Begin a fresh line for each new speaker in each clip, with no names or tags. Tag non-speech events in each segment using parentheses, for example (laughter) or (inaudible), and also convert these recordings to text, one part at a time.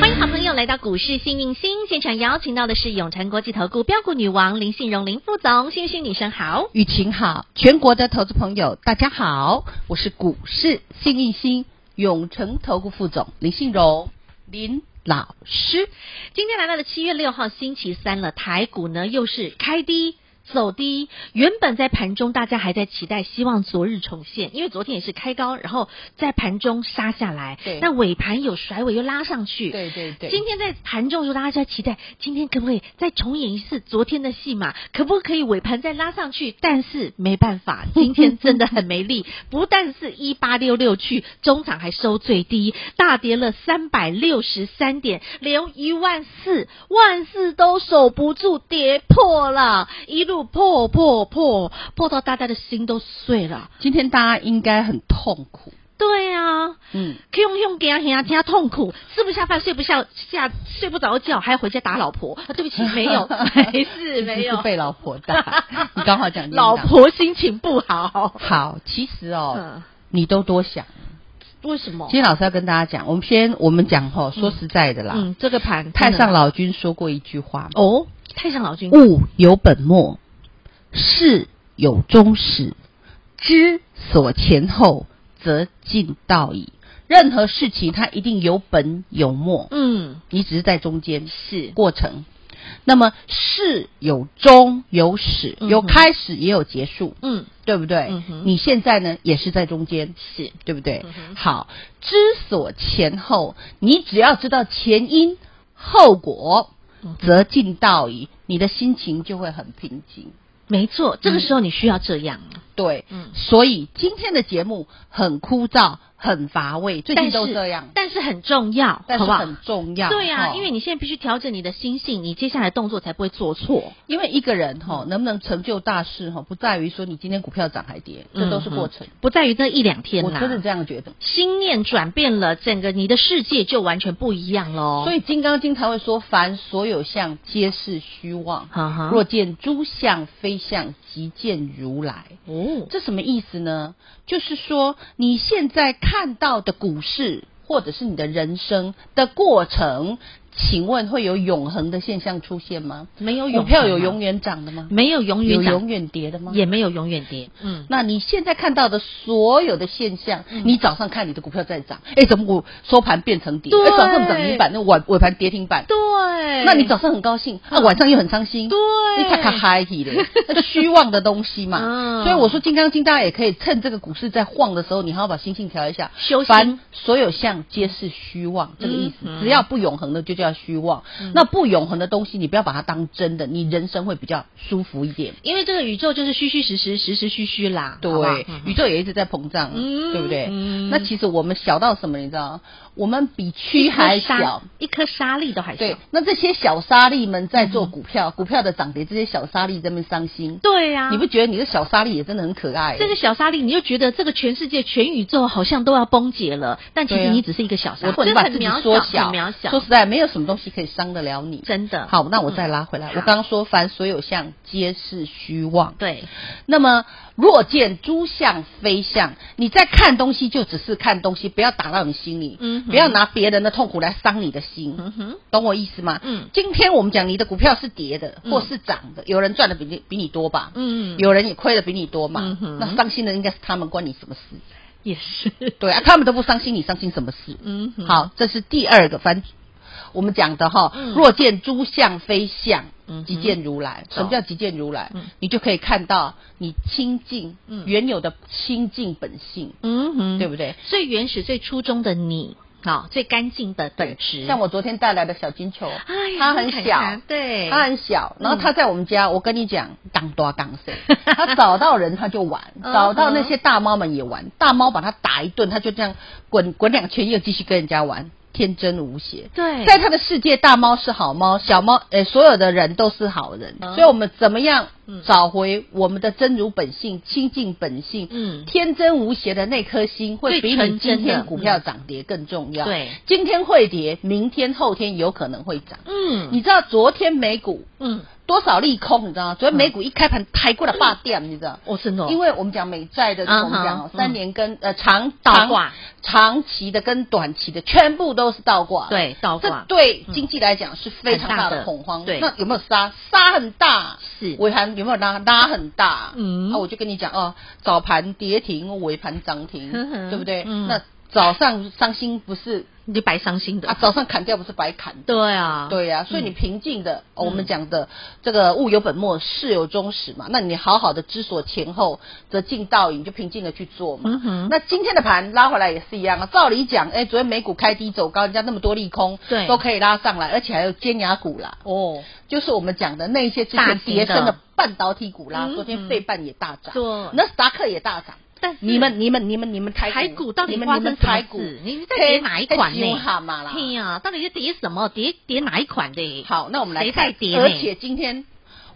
欢迎好朋友来到股市幸运星现场，邀请到的是永诚国际投顾标股女王林信荣林副总，幸运星女神好。
雨晴好，全国的投资朋友大家好，我是股市幸运星永诚投顾副总林信荣林老师。
今天来到了七月六号星期三了，台股呢又是开低。走低，原本在盘中大家还在期待，希望昨日重现，因为昨天也是开高，然后在盘中杀下来
对，
那尾盘有甩尾又拉上去，
对对对，
今天在盘中的时候，大家就在期待今天可不可以再重演一次昨天的戏码，可不可以尾盘再拉上去？但是没办法，今天真的很没力，不但是一八六六去，中场还收最低，大跌了三百六十三点，连一万四万四都守不住，跌破了，一路破破破破到大家的心都碎了。
今天大家应该很痛苦，
对啊，
嗯，
用用给他给他他痛苦，吃不下饭，睡不下下睡不着觉，还要回家打老婆。啊、对不
(laughs)
起，没有， (laughs) 没事，没
是
有。
被老婆打，
(laughs)
你刚好讲琳达
老婆心情不好，
好，其实哦，
嗯，
你都多想。哦
为什么
今？天老师要跟大家讲，我们先我们讲吼，说实在的啦，
嗯，这个盘
太上
老
老君说过一句话，
哦，太上老君，
物有本末，事有终始，知所前后，则近道矣。任何事情它一定有本有末，
嗯，
你只是在中间
是，
过程。那么事有终有始，
嗯哼
有开始也有结束，
嗯，
对不对
嗯？哼
你现在呢也是在中间，
是，
对不对
嗯？哼
好，知所前后，你只要知道前因后果，
嗯
则近道矣，你的心情就会很平静。
没
嗯
错，这个时候你需要这样。
对，
嗯
所以今天的节目很枯燥、很乏味，最
但
近
是
都这样，
但是很重要，
但
好
是
不好？
很重要。哦
对呀、
哈
因为你现在必须调整你的心性，你接下来动作才不会做错。
因为一个人哈，能不能成就大事哈，不在于说你今天股票涨还跌，这都是过程
嗯。不在于这一两天
我
啦。
真的这样觉得。
心念转变了，整个你的世界就完全不一样喽。
所
以，
以《金刚经》才会说：“凡所有相，皆是虚妄。
哈哈，
若见诸相非相，即见如来。”
哦，
这什么意思呢？就是说你现在看到的股市，或者是你的人生的过程，请问会有永恒的现象出现吗？
没有
股
永
票
恒
有
嘛
永远涨的吗？
没有永
有
远
永
涨，
远跌的吗？
也没有永远跌。嗯，
那你现在看到的所有的现象，你早上看你的股票在涨，哎，怎么股收盘变成跌？
对
哎，早上涨停板，那晚尾盘跌停板，
对嗯
那你早上很高兴，啊，晚上又很伤心，
对
你太卡嗨皮
(laughs)
了，那虚妄的东西嘛。
嗯
所以我说《金刚经》，大家也可以趁这个股市在晃的时候，你好好把心性调一下。
修
凡
心
所有相皆是虚妄，这个意思
嗯。
只要不永恒的就叫虚妄。那不永恒的东西，你不要把它当真的，你人生会比较舒服一点。
因为这个宇宙就是虚虚实实，实实虚虚啦，好不好
对，
嗯
宇宙也一直在膨胀，
嗯
对不对
嗯？
那其实我们小到什么，你知道吗？我们比蛆还小。，
一颗沙一颗沙粒都还
对
小。，
那这些小沙粒们在做股票，股票的涨跌，这些小沙粒在那边伤心，
嗯对呀、
你不觉得你的小沙粒也真的很可爱？
这个小沙粒，你就觉得这个全世界、全宇宙好像都要崩解了，但其
对
实
啊
你只是一个小沙，
我
真
你
的
把
很
自己
渺
缩
小，
小，
很渺
说
小，
实在，没有什么东西可以伤得了你。
真的。，
好，那我
嗯
再拉回来。我刚刚说，凡所有相，皆是虚妄。
对，
那么，若见诸相非相，你在看东西就只是看东西，不要打到你心里，
嗯哼
不要拿别人的痛苦来伤你的心。
嗯哼，
懂我意思吗？
嗯
今天我们讲你的股票是跌的，
嗯
或是涨的，有人赚的比你比你多吧？
嗯，
有人也亏的比你多嘛
嗯，哼
那伤心的应该是他们，关你什么事？
也是，
对啊，他们都不伤心，你伤心什么事？
嗯哼，
好，这是第二个，反我们讲的哈
嗯，
若见诸相非相
嗯哼，
即见如来。
懂
什么叫即见如来
嗯？
你就可以看到你清净
嗯
原有的清净本性，
嗯哼，
对不对？
最原始、最初衷的你，好、最干净的本质。
像我昨天带来的小金球
哎呀，，
它很
看
小
看，对，
他很小，
嗯，
然后他在我们家，我跟你讲，当多当谁，他找到人他就玩
嗯
找到那些大猫们也玩，大猫把他打一顿，他就这样滚滚两圈，又继续跟人家玩，天真无邪。
对，
在他的世界，大猫是好猫，小猫呃，所有的人都是好人。
嗯
所以，我们怎么样
嗯
找回我们的真如本性、清净本性？
嗯
天真无邪的那颗心，会比
最纯
你
真的
今天股票涨跌更重要。
嗯对，
今天会跌，明天、后天有可能会涨。
嗯，
你知道昨天美股
嗯，
多少利空？你知道吗？昨天美股一开盘抬过了八点，你知道？
我是喏，
因为我们讲美债的，就是我们讲
哦嗯
哦
哼
三年跟呃长
倒
长
挂
长期的跟短期的全部都是倒挂。。
对倒
这
挂，
对
嗯
经济来讲是非常大
很大的
的恐慌。
对
那有没有杀？杀很大，
是
尾盘有没有拉？拉很大。
嗯
那我就跟你讲哦，早盘跌停，尾盘涨停
呵呵，
对不对？
嗯
那早上伤心不是
你就白伤心的
啊，，早上砍掉不是白砍的。
对啊，嗯
对呀、所以你平静的，哦我们讲的这个物有本末，事有终始嘛。那你好好的知所前后，则近道矣，你就平静的去做嘛。
嗯哼
那今天的盘拉回来也是一样啊。照理讲，哎，昨天美股开低走高，人家那么多利空，
对
都可以拉上来，而且还有尖牙股啦，
哦，
就是我们讲的那一些之
大
前
型
跌
的
升的半导体股啦。
嗯
昨
嗯
天费半也大涨，
对
纳斯达克也大涨。
但是
你们、你们、你们、你们台
台股到底
你们、
发
你
生
们
什么
台
事
股，
你在跌哪一款呢？
哈嘛啦。
哎呀，到底是跌什么？跌跌哪一款的？，
好，那我们来
谁
看
在跌呢
而且今天，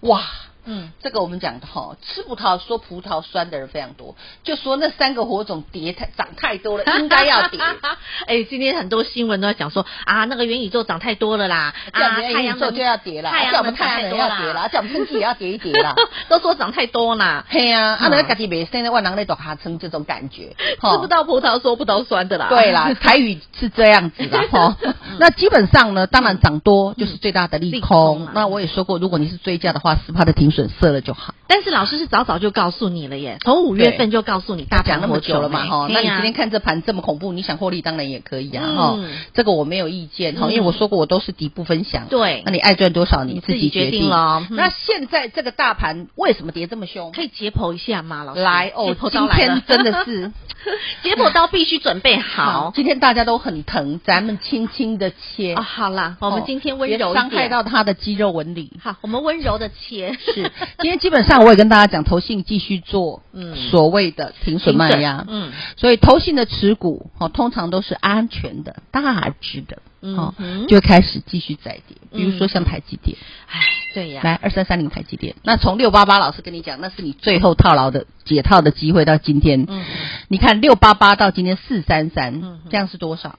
哇，
嗯，
这个我们讲的哈，吃葡萄说葡萄酸的人非常多，就说那三个火种跌太涨太
(laughs)
多了， (laughs) 应该要啊跌。
哎，今天很多新闻都在讲说啊，那个元宇宙涨太多了啦，
叫
啊，
我们
太
元
阳
宇宙
能
就要跌了，啊
太
叫我
阳能
们
涨
太阳
太
能
多
要跌
啦
了，，啊叫我们天气也要跌一
(laughs)
跌啦。
都说涨太多啦，
嘿呀，啊，
嗯
那家己没生的万能那朵哈撑这种感觉，
吃不
哈
到葡萄说葡萄酸的啦。
哦对啦，台语是这样子啦，哈。那基本上呢，当然涨多就是最大的利
嗯利
空。
空啊
那我也说过，如果你是追价的话，十趴的停损设了就好。
(laughs) 但是老师是早早就告诉你了耶，从五月份就告诉你大
讲
盘
那么久了嘛
火
哈，
种哎
那你
对呀
今天看这盘这么恐怖，你想获利当然也可以啊
嗯
哈，这个我没有意见哈，
嗯
因为我说过我都是底部分享，
对
那你爱赚多少
你
你
自
自
己
己
决
决
定
定
了嗯
那现在这个大盘为什么跌这么凶
可？以解剖一下吗？老师，
来哦
解，剖刀
今
来了
天真的
(laughs)
是
解剖刀必须准备好
今天大家都很疼，咱们轻轻的切哦
啊。，好啦，我们今天温柔
别
一
伤害
点。
到他的肌肉纹理。
好，我们温柔的切。 (laughs)
是，今天基本上我也跟大家讲，投信继续做，
嗯
所谓的停损卖压，
嗯
所以投信的持股哦，通常都是安全的、大只的，哦，
嗯哼
就开始继续再跌。比如说
嗯
像台积电，
哎，对呀，
来二三三零台积电，那从六八八老师跟你讲，那是你最后套牢的解套的机会，到今天，
嗯
你看六八八到今天四三
嗯
三，这样是多少？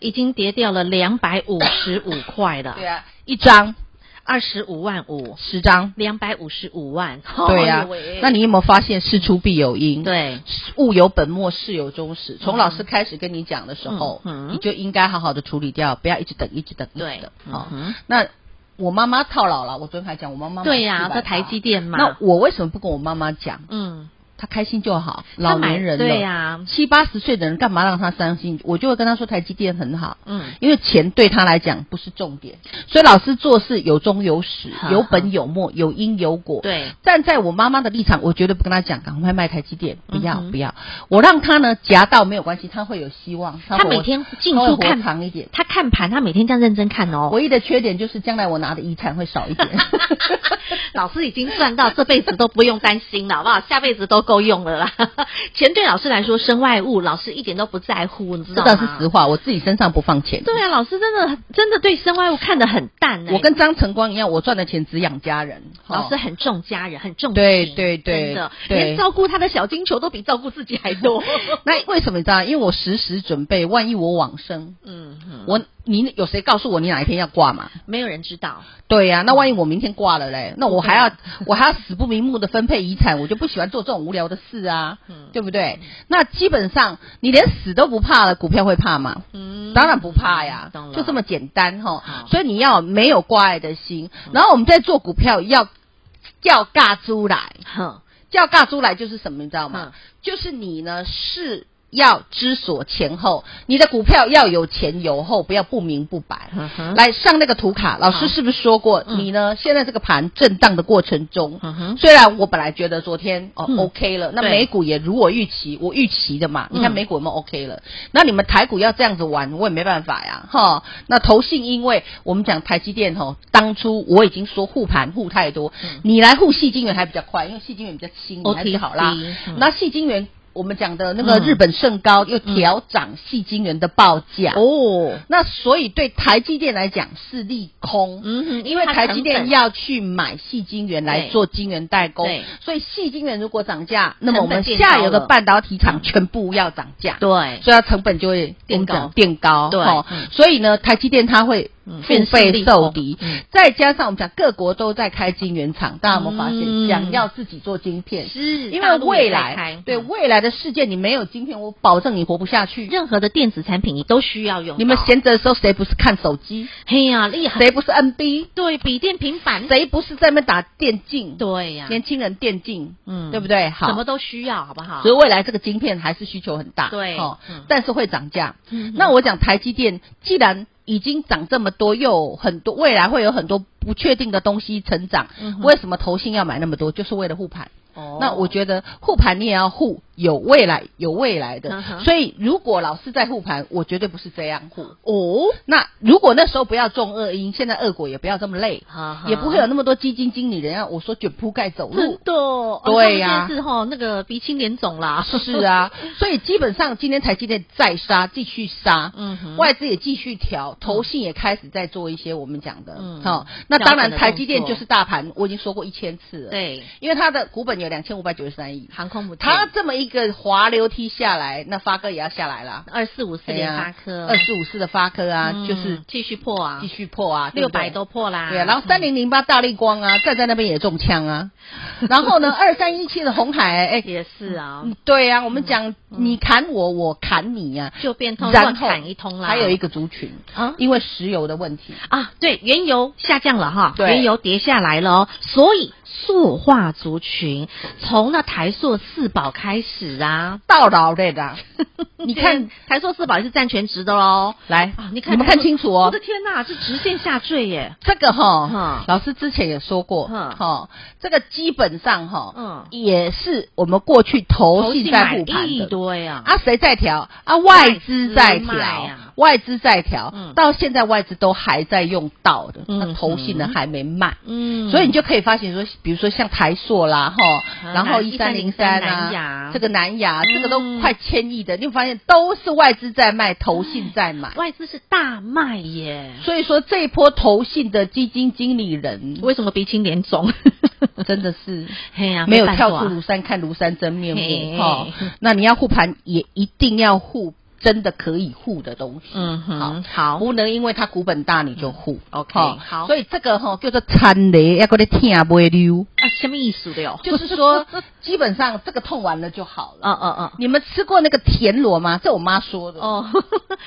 已经跌掉了两百五十五块了，
对啊，一张
二十五万五，
十张，
两百五十五万，
对呀、
哎呦喂
那你有没有发现事出必有因？。
对，
物有本末，事有终始。从老师开始跟你讲的时候，
嗯嗯
你就应该好好的处理掉，不要一直等，一直等，一直
对
等。好、
嗯哼
那我妈妈套牢了，我昨天还讲我妈妈买
对呀
400
在台积电嘛
那我为什么不跟我妈妈讲？
嗯，
她开心就好，
她
老
买
年人了
对呀，
七八十岁的人干嘛让她伤心？我就会跟她说台积电很好，
嗯，
因为钱对她来讲不是重点，所以老师做事有中有始
呵，呵
有本有末，有因有果。
对，
站在我妈妈的立场，我绝对不跟她讲，赶快卖台积电，不要、
嗯哼
不要，我让她呢夹到没有关系，她会有希望，
他
会
每
活
天进
她会
出
活
看
长一点。
他看盘，他每天这样认真看哦。
唯一的缺点就是将来我拿的遗产会少一
(laughs)
点。 (laughs)
老师已经赚到这辈子都不用担心了，好不好？下辈子都够用了啦。 (laughs) 钱对老师来说身外物，老师一点都不在乎，你知
这
道
倒
吗？
是实话，我自己身上不放钱。
对啊，老师真的真的对身外物看得很淡、欸。
我跟张晨光一样，我赚的钱只养家人。
老师
哦
很重家人，很重
对
情
对对
真的，
对
连照顾他的小金球都比照顾自己
(laughs)
还多。
那为什么你知道？因为我时时准备，万一我往生，
嗯，嗯
我你有谁告诉我你哪一天要挂嘛？
没有人知道，
对呀、那万一我明天挂了嘞，那我还要
对
我还要死不瞑目的分配遗产，我就不喜欢做这种无聊的事啊，
嗯
对不对？那基本上你连死都不怕了，股票会怕吗？
嗯
当然啊不怕呀
嗯当，然
就这么简单
好
哈。所以你要没有挂碍的心，然后我们在做股票要叫尬出来，
哼，
叫尬出来就是什么，你知道
嗯
吗？就是你呢是。要知所前后，你的股票要有前有后，不要不明不白。
嗯哼
来上那个图卡，老
好
师是不是说过，
嗯
你呢？现在这个盘震荡的过程中，
嗯哼
虽然我本来觉得昨天哦、
嗯
OK 了，那
对
美股也如我预期，我预期的嘛。
嗯
你看美股有没有 OK 了？那你们台股要这样子玩，我也没办法呀，哈。那投信，因为我们讲台积电哦，当初我已经说护盘护
嗯
太多，你来护细晶圆还比较快，因为细晶圆比较轻，你还
OTC
比较好啦
哦嗯。
那细晶圆我们讲的那个
嗯
日本盛高又调涨细晶圆的报价。
哦，
那所以对台积电来讲是利空，
嗯哼，
因为
它
台积
成
电
本
要去买细晶圆来
对
做晶圆代工
对，
所以细晶圆如果涨价，那么我
成本
们
变
下
高
游的
了嗯
半导体厂全部要涨价，
对，
所以它成本就会
变高
跟着变高，
对
齁
嗯
所以呢，台积电它会
嗯
腹背受敌，
变势利空嗯
再加上我们讲各国都在开晶圆厂，大家有没有发现、
嗯
想要自己做晶片？
是
因
大
为
陆也
未
在
来
开
对
嗯
未来的世界，你没有晶片，我保证你活不下去。
任何的电子产品你都需要用到，
你们闲着的时候，谁不是看手机？
嘿呀，厉害，
谁不是 NB？
对笔电、平板，
谁不是在那边打电竞？
嗯对呀，
年轻人电竞，
嗯
对不对？好，
什么都需要，好不好？
所以未来这个晶片还是需求很大，
对嗯
但是会涨价。
嗯
那我讲台积电，既然已经涨这么多，又有很多未来会有很多不确定的东西成长，
嗯哼
为什么投信要买那么多？就是为了护盘。嗯
哦
那我觉得护盘你也要护有未来有未来的，
嗯哼
所以如果老是在护盘，我绝对不是这样护。
哦，
那如果那时候不要中恶因，现在恶果也不要这么累，也不会有那么多基金经理人要我说卷铺盖走
真
路。
的哦，
对呀
是哈，那个鼻青脸肿啦，
是，啊，所以基本上今天台积电再杀，继续杀，
(laughs) 嗯哼
外资也继续调，投信也开始在做一些我们讲的，
嗯
好、那当然
调整的动作
台积电就是大盘，我已经说过一千次了，，
对，
因为它的股本有两千五百九十三亿，
航空母舰，
它这么一个滑溜梯下来，那发哥也要下来啦，
二四五四
哎
联
呀
发科，
二四五四的发科啊，
嗯
就是
继续破啊
继，续破啊，对
六
不对
百都破啦，
对啊，然后三
嗯
零零八大力光啊，站在那边也中枪啊，
(laughs)
然后呢，二三一七的红海，哎、
也是啊，
嗯，对呀、我们讲、你砍我，我砍你呀、
就变通
然
乱
后
砍一通啦，
还有一个族群，
啊。
因为石油的问题，
啊，对，原油下降了哈，
对
原油跌下来了哦，所以塑化族群从那台塑四宝开始啊，
到老类
(laughs)
的啊，你看
台塑四宝也是占全值的喽。
来
啊，你看，
你们看清楚
我
哦
的。天呐，是直线下坠耶！
这个哈
嗯，
老师之前也说过，
嗯
哈，这个基本上哈，
嗯，
也是我们过去投信在护盘
一
的
堆啊，
啊，谁在调啊？外资在
外资卖
调
啊，
外资在调
嗯，
到现在外资都还在用到的，
嗯
那投信呢
嗯
还没卖，
嗯，
所以你就可以发现说，比如说像台塑啦，哈，
嗯
然后
南
一三零三
南
啊
亚，
这个南亚，
嗯
这个都快千亿的，你会发现都是外资在卖，投信在买。
外资是大卖耶，
所以说这一波投信的基金经理人
为什么鼻青脸 (laughs) 肿？
真的是
嘿呀、
没有
办法
跳出庐山看庐山真面
嘿
目哈。那你要护盘也一定要护真的可以护的东西，
嗯
好
哼，好，
不能因为它股本大你就护。
OK，
哈
好
所以这个哈叫做掺雷，要给你听不会溜。
啊，什么意思的 (laughs) 哟？
就是说，基本上这个痛完了就好了。
嗯嗯
你们吃过那个田螺吗？这我妈说
嗯，
的。哦，
哦，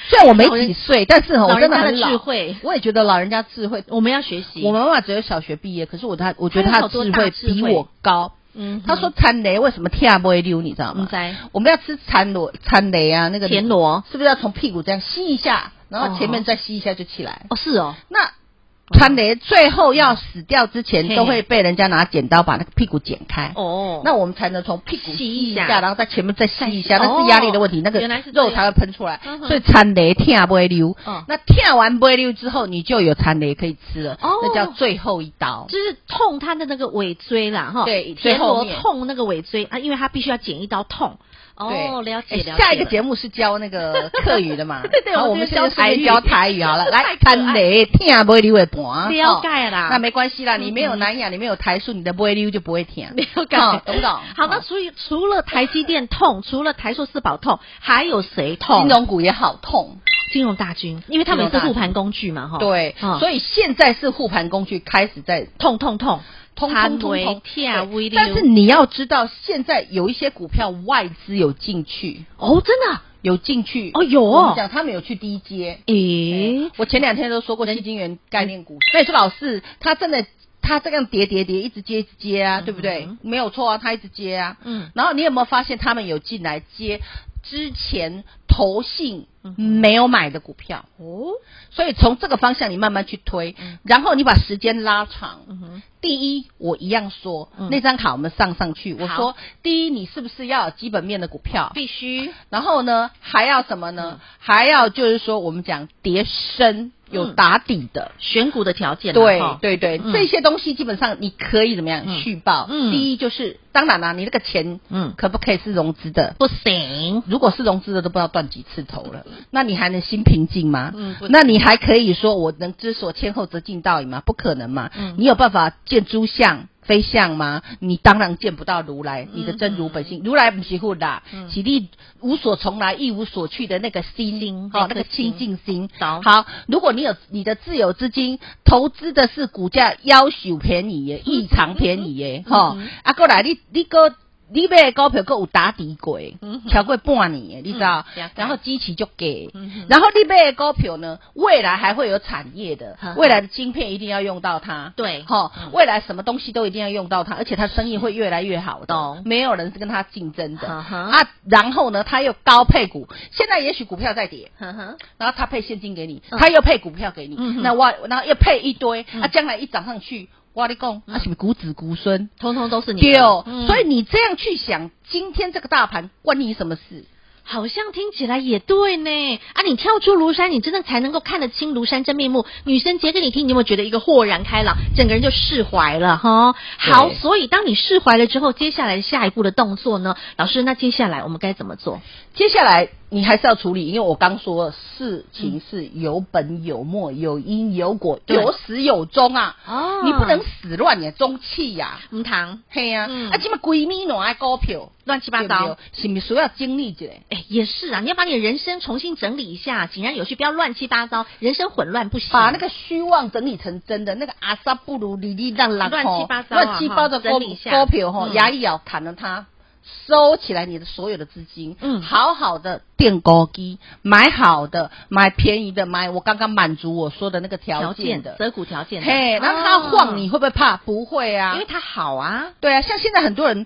虽然我没几 (laughs) 岁，但是哈，哦我
老
真
人
的
家的
很老。
智，慧，
我也觉得老人家智慧。
我们要学习。
我妈妈只有小学毕业，可是我她，我觉得她
她有好
的
多
智
大
慧
智慧
比我高。
嗯哼，
她说蚕雷为什么跳不会溜，你知道
嗯
吗？
在
我们要吃蚕螺、蚕雷啊，那个
田螺
是不是要从屁股这样吸一下，然后前面再吸一下就起来？
哦是哦，
那蚕雷最后要死掉之前，
嘿
都会被人家拿剪刀把那个屁股剪开。
哦，
那我们才能从屁股吸一
吸一下
下，然后在前面再吸一下，
再吸
那是压力的问题
哦，
那个
原来是这样
肉才会喷出来
嗯。哼
所以残雷跳不会溜
嗯，
那跳完不会溜之后，你就有残雷可以吃了，
哦
那叫最后一刀。
就是痛它的那个尾椎啦，哈，
对
田
最后
螺
面
痛那个尾椎啊，因为它必须要剪一刀痛。哦，
对
了解
哎
了解了。
下一个节目是教那个客语的嘛？
(laughs) 对对
然后
我
我
们
们
这
现
个
在
教
顺
台语
便教台语好了。来，
(laughs) 太可爱
残雷跳不会溜的盘，
了
哦
解啦
那没关系啦，
嗯
你没有
嗯
南亚，你没有台数，你的不会溜就不会跳。
了解
哦懂不懂？
好，那
哦
所以除了台积电痛，除了台塑四宝痛，还有谁痛？
金融股也好痛。
金融大军，因为他们也是
金融大
护
军
盘工具嘛，哈。嗯哦
对，所
以
以现在是护盘工具开始在
痛痛痛，
通
盘
通通
尾
通
跳
对
尾溜
但是你要知道，现在有一些股票外资有进去，
哦，真的啊，
有进去
哦有哦
我们讲他们有去低阶。
诶
哎，我前两天都说过基金元概念股，所以说老师他真的他这样跌跌跌，一直接一直接啊，对不对
嗯？
没有错啊，他一直接啊。
嗯，
然后你有没有发现他们有进来接之前投信
嗯哼
没有买的股票？
哦，
所以从这个方向你慢慢去推
嗯，
然后你把时间拉长，
嗯哼，
第一，我一样说、
嗯
那张卡我们上上去，我
好嗯
说第一，你是不是要有基本面的股票？
必须
然后呢，还要什么呢？还要就是说我们讲叠升，有
嗯嗯
打底的。
选股的条件啊，
对
哈
对对，
嗯
这些东西基本上你可以怎么样
嗯
续报？
嗯
第一就是，当然啦、你这个钱
嗯
可不可以是融资的？
不行，
如果是融资的，都不知道断几次头了，那你还能心平静吗？
嗯不
那你还可以说我能知所千后则近道矣吗？不可能嘛！
嗯
你有办法见诸相非相吗？你当然见不到如来，你的真如本性，如来不是护啦，
嗯
起立无所从来亦无所去的那个心
心，
好、那
那颗
个清净
心
心。
懂
好，如果你有你的自有资金，投资的是股价要求便宜耶，异常便宜耶，哈、
嗯
啊，过来你你个。你买的股票够有打底过
嗯，哼
超过半年的，你知道
嗯了解？
然后基期就给
嗯哼，
然后你买的股票呢，未来还会有产业的
呵呵，
未来的晶片一定要用到它，
对
哈
嗯，
未来什么东西都一定要用到它，而且它生意会越来越好的
懂，
没有人是跟它竞争的
呵呵
啊。然后呢，它又高配股，现在也许股票在跌，
呵呵，
然后他配现金给你，
嗯
他又配股票给你，
嗯哼
那我然后又配一堆，
嗯
啊，将来一涨上去，我跟你讲，
嗯
啊，什么股子股孙，
通通都是你的
对哦，
嗯
所以你这样去想，今天这个大盘关你什么事？
好像听起来也对呢。啊，你跳出庐山，你真的才能够看得清庐山真面目。女生姐给你听，你有没有觉得一个豁然开朗，整个人就释怀了哈？好，
对
所以当你释怀了之后，接下来下一步的动作呢？老师，那接下来我们该怎么做？
接下来你还是要处理，因为我刚说事情是有本有末，有因有果，
对
有始有终啊，
哦
你不能死乱你的中气呀、
无糖
嘿呀、
嗯
啊，这么闺蜜弄爱股票，
乱七八
对不
糟。
对，是不是需要经历一下？
哎，也是啊，你要把你的人生重新整理一下，井然有序，不要乱七八糟，人生混乱不行。
把那个虚妄整理成真的，那个阿萨布鲁里里让让
乱七八糟啊
乱七八糟
哈整
股
理一下
股票吼，
嗯
牙一咬哦砍了它，收起来你的所有的资金，
嗯
好好的垫高机，买好的，买便宜的，买我刚刚满足我说的那个条
条
件
件
的，
择股条件的，
嘿，让它晃你
哦，
会不会怕？不会啊
因为，它好啊，
对啊，像现在很多人。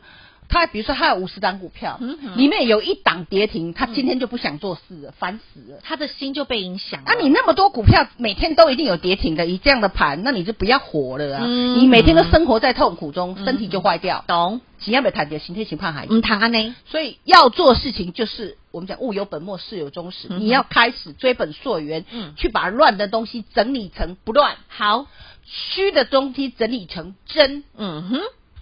他比如说，他有五十档股票
嗯，哼
里面有一档跌停，他今天就不想做事了，烦死了。
他的心就被影响了。
啊，你那么多股票，每天都一定有跌停的，以这样的盘，那你就不要活了啊！
嗯
你每天都生活在痛苦中，
嗯
身体就坏掉。
懂？
只要被谈的，行天行胖孩。
嗯，唐安呢？
所以要做事情就是我们讲物有本末，事有终始。
嗯哼
你要开始追本溯源，
嗯
去把乱的东西整理成不乱，
好，
虚的东西整理成真。
嗯哼，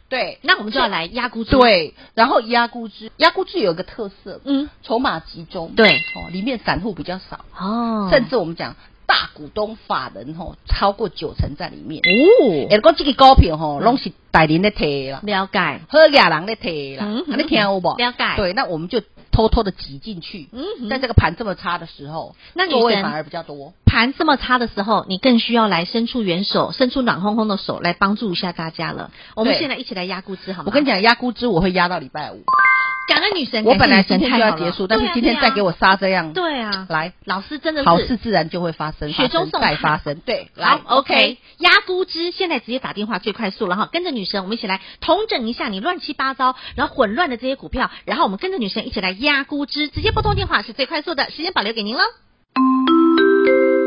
对，
那我们就要来压估值。，
对，然后压估值，压估值有一个特色，
嗯，
筹码集中。
对
哦，里面散户比较少。
哦，
甚至我们讲大股东法人吼、超过九成在里面。
哦，
也讲这个股票吼、
嗯
拢是大人在提啦，
了解，
好亚人在提啦，
嗯
啊你听有无？
了解
对，那我们就偷偷的挤进去。
嗯
在
但
这个盘这么差的时候，
那女
座位
神
反而比较多。
盘这么差的时候，你更需要来伸出援手，伸出暖烘烘的手来帮助一下大家了。我们
对
现在一起来压估值好吗？
我跟你讲，压估值我会压到礼拜五。
感恩女神，
我
感谢
本来
女神
今天就
太
要
好了
结束，但
对
是
啊
今天再给我杀这样，
对啊，对啊
来，
老师真的
好
是
事自然就会发生，
雪
发
中
生
送
再
炭
发生。对，来
好，OK，压估值，现在直接打电话最快速了哈，跟着女神，我们一起来统整一下你乱七八糟，然后混乱的这些股票，然后我们跟着女神一起来压估值，直接拨通电话是最快速的，时间保留给您喽。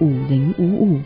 五零五五。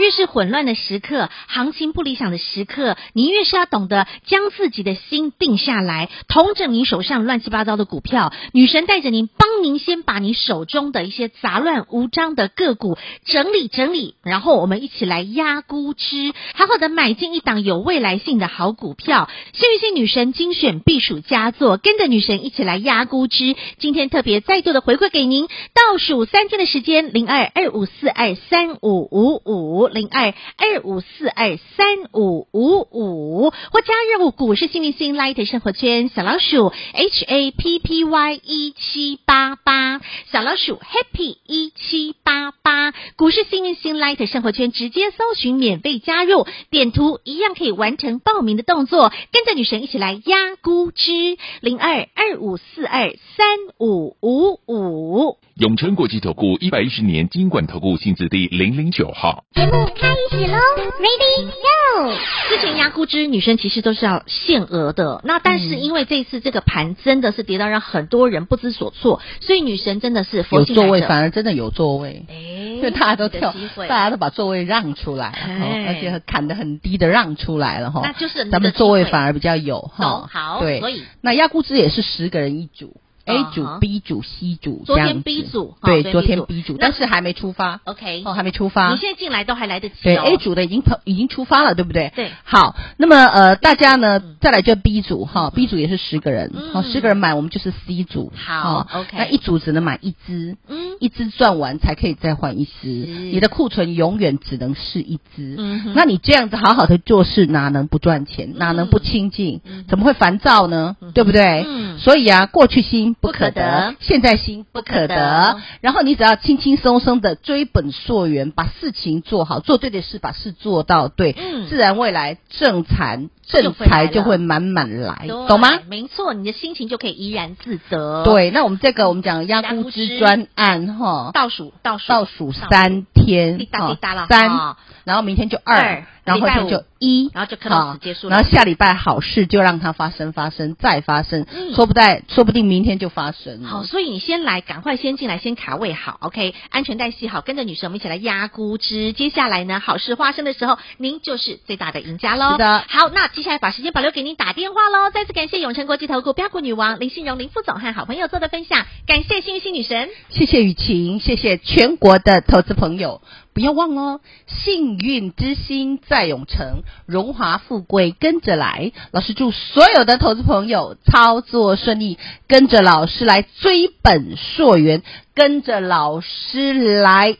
越是混乱的时刻，行情不理想的时刻，你越是要懂得将自己的心定下来，统整你手上乱七八糟的股票。女神带着您，帮您先把你手中的一些杂乱无章的个股整理整理，然后我们一起来压估值，好好的买进一档有未来性的好股票。幸运星女神精选避暑佳作，跟着女神一起来压估值。今天特别再度的回馈给您，倒数三天的时间，零二二五四二三五五五，零二二五四二三五五五，或加入股市幸运星 Light 生活圈小老鼠 H A P P Y 一七八八，小老鼠 Happy 一七八八，股市幸运星 Light 生活圈直接搜寻免费加入，点图一样可以完成报名的动作，跟着女神一起来压估值，零二二五四二三五五五。
永诚国际投顾一百一十年金管投顾性质第零零九号。
节目开始喽，Ready Go！
之前牙箍汁女生其实都是要限额的，那但是
嗯
因为这次这个盘真的是跌到让很多人不知所措，所以女神真的是佛
有
性
座位，
来着
反而真的有座位，
哎，
因
因
为大家都跳
机，会
大，家都把座位让出来，
哎
哦而且砍得很低的让出来了
那
哈。
就是你的
咱们座位
机会
反而比较有
懂
哈。
好，
对
所以
那压估值也是十个人一组，A
嗯
组、
哼
B 组、C 组
昨
这
天
样
B
子。
组，
对，
哦
昨天 B 组，但
那
是还没出发
OK，
哦，还没出发
你。现在进来都还来得及哦，
对，A 组的已经跑已经出发了，对不对？
对
好，那么呃，大家呢，再来就 B 组哈，B 组也是十个人，
嗯
好，十个人买我们就是 C 组。
好
哦
OK
那一组只能买一只，
嗯，
一只赚完才可以再换一只，你的库存永远只能是一只。
嗯哼嗯
那你这样子好好的做事，哪能不赚钱？哪能不清净？怎么会烦躁呢？对不对？
嗯
所以啊，过去心不
不可
可得
得，
现在心不可
不可得
得。然后你只要轻轻松松的追本溯源，把事情做好，做对的事，把事做到对，
嗯
自然未来正财
就
正
会来
财
了
就会满满来
对，
哎懂吗？
没错，你的心情就可以怡然自得。，
对，那我们这个我们讲压
压
估
估之
之专案哈，
倒数倒数
倒数，三天，
滴答
哦
滴答了
三
哈，
然后明天就
二
二，然后
礼拜
后
五
天就一，
然后就克劳
好
斯结束了
然后下礼拜好事就让它发生，发生再发生
嗯，
说不定说不定明天就发生了
好，所以你先来，赶快先进来，先卡位好，OK，安全带系好，跟着女神我们一起来压估值。接下来呢，好事发生的时候，您就是最大的赢家喽。
是的
好，那接下来把时间保留给您打电话喽。再次感谢永诚国际投顾标股女王林信荣林副总和好朋友做的分享，感谢幸运星女神。
谢谢雨晴，谢谢全国的投资朋友，不要忘哦，幸运之星在永城，荣华富贵跟着来。老师祝所有的投资朋友操作顺利，跟着老师来追本溯源，跟着老师来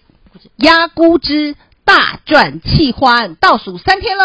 压估值，大赚气欢，倒数三天喽！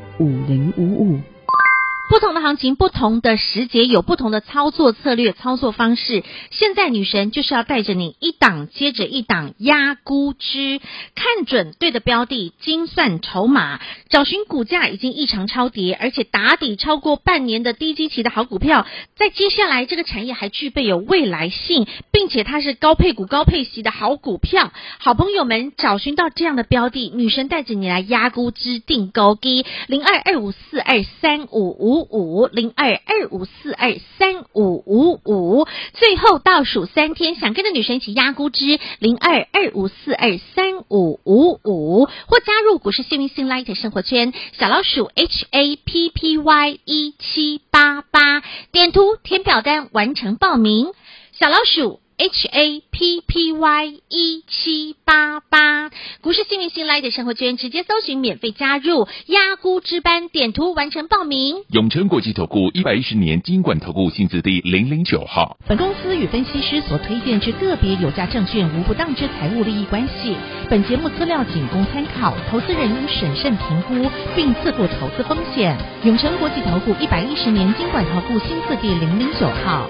五零五五。
不同的行情，不同的时节，有不同的操作策略、操作方式。现在女神就是要带着你一档接着一档压估值，看准对的标的，精算筹码，找寻股价已经异常超跌，而且打底超过半年的低基期的好股票，在接下来这个产业还具备有未来性，并且它是高配股、高配息的好股票。好朋友们，找寻到这样的标的，女神带着你来压估值定高低，零二二五四二三五五五，零二二五四二三五五五。最后倒数三天，想跟着女神一起压估值，零二二五四二三五五五，或加入股市幸运星 Light 生活圈，小老鼠 H A P P Y 一七八八，点图填表单完成报名。小老鼠 H A P P Y 一七八八，股市幸运星 Light 生活圈直接搜寻免费加入，压估值班点图完成报名。
永诚国际投顾一百一十年金管投顾性质第零零九号。
本公司与分析师所推荐之个别有价证券无不当之财务利益关系。本节目资料仅供参考，投资人应审慎评估并自负投资风险。永诚国际投顾一百一十年经管投顾新字第零零九号。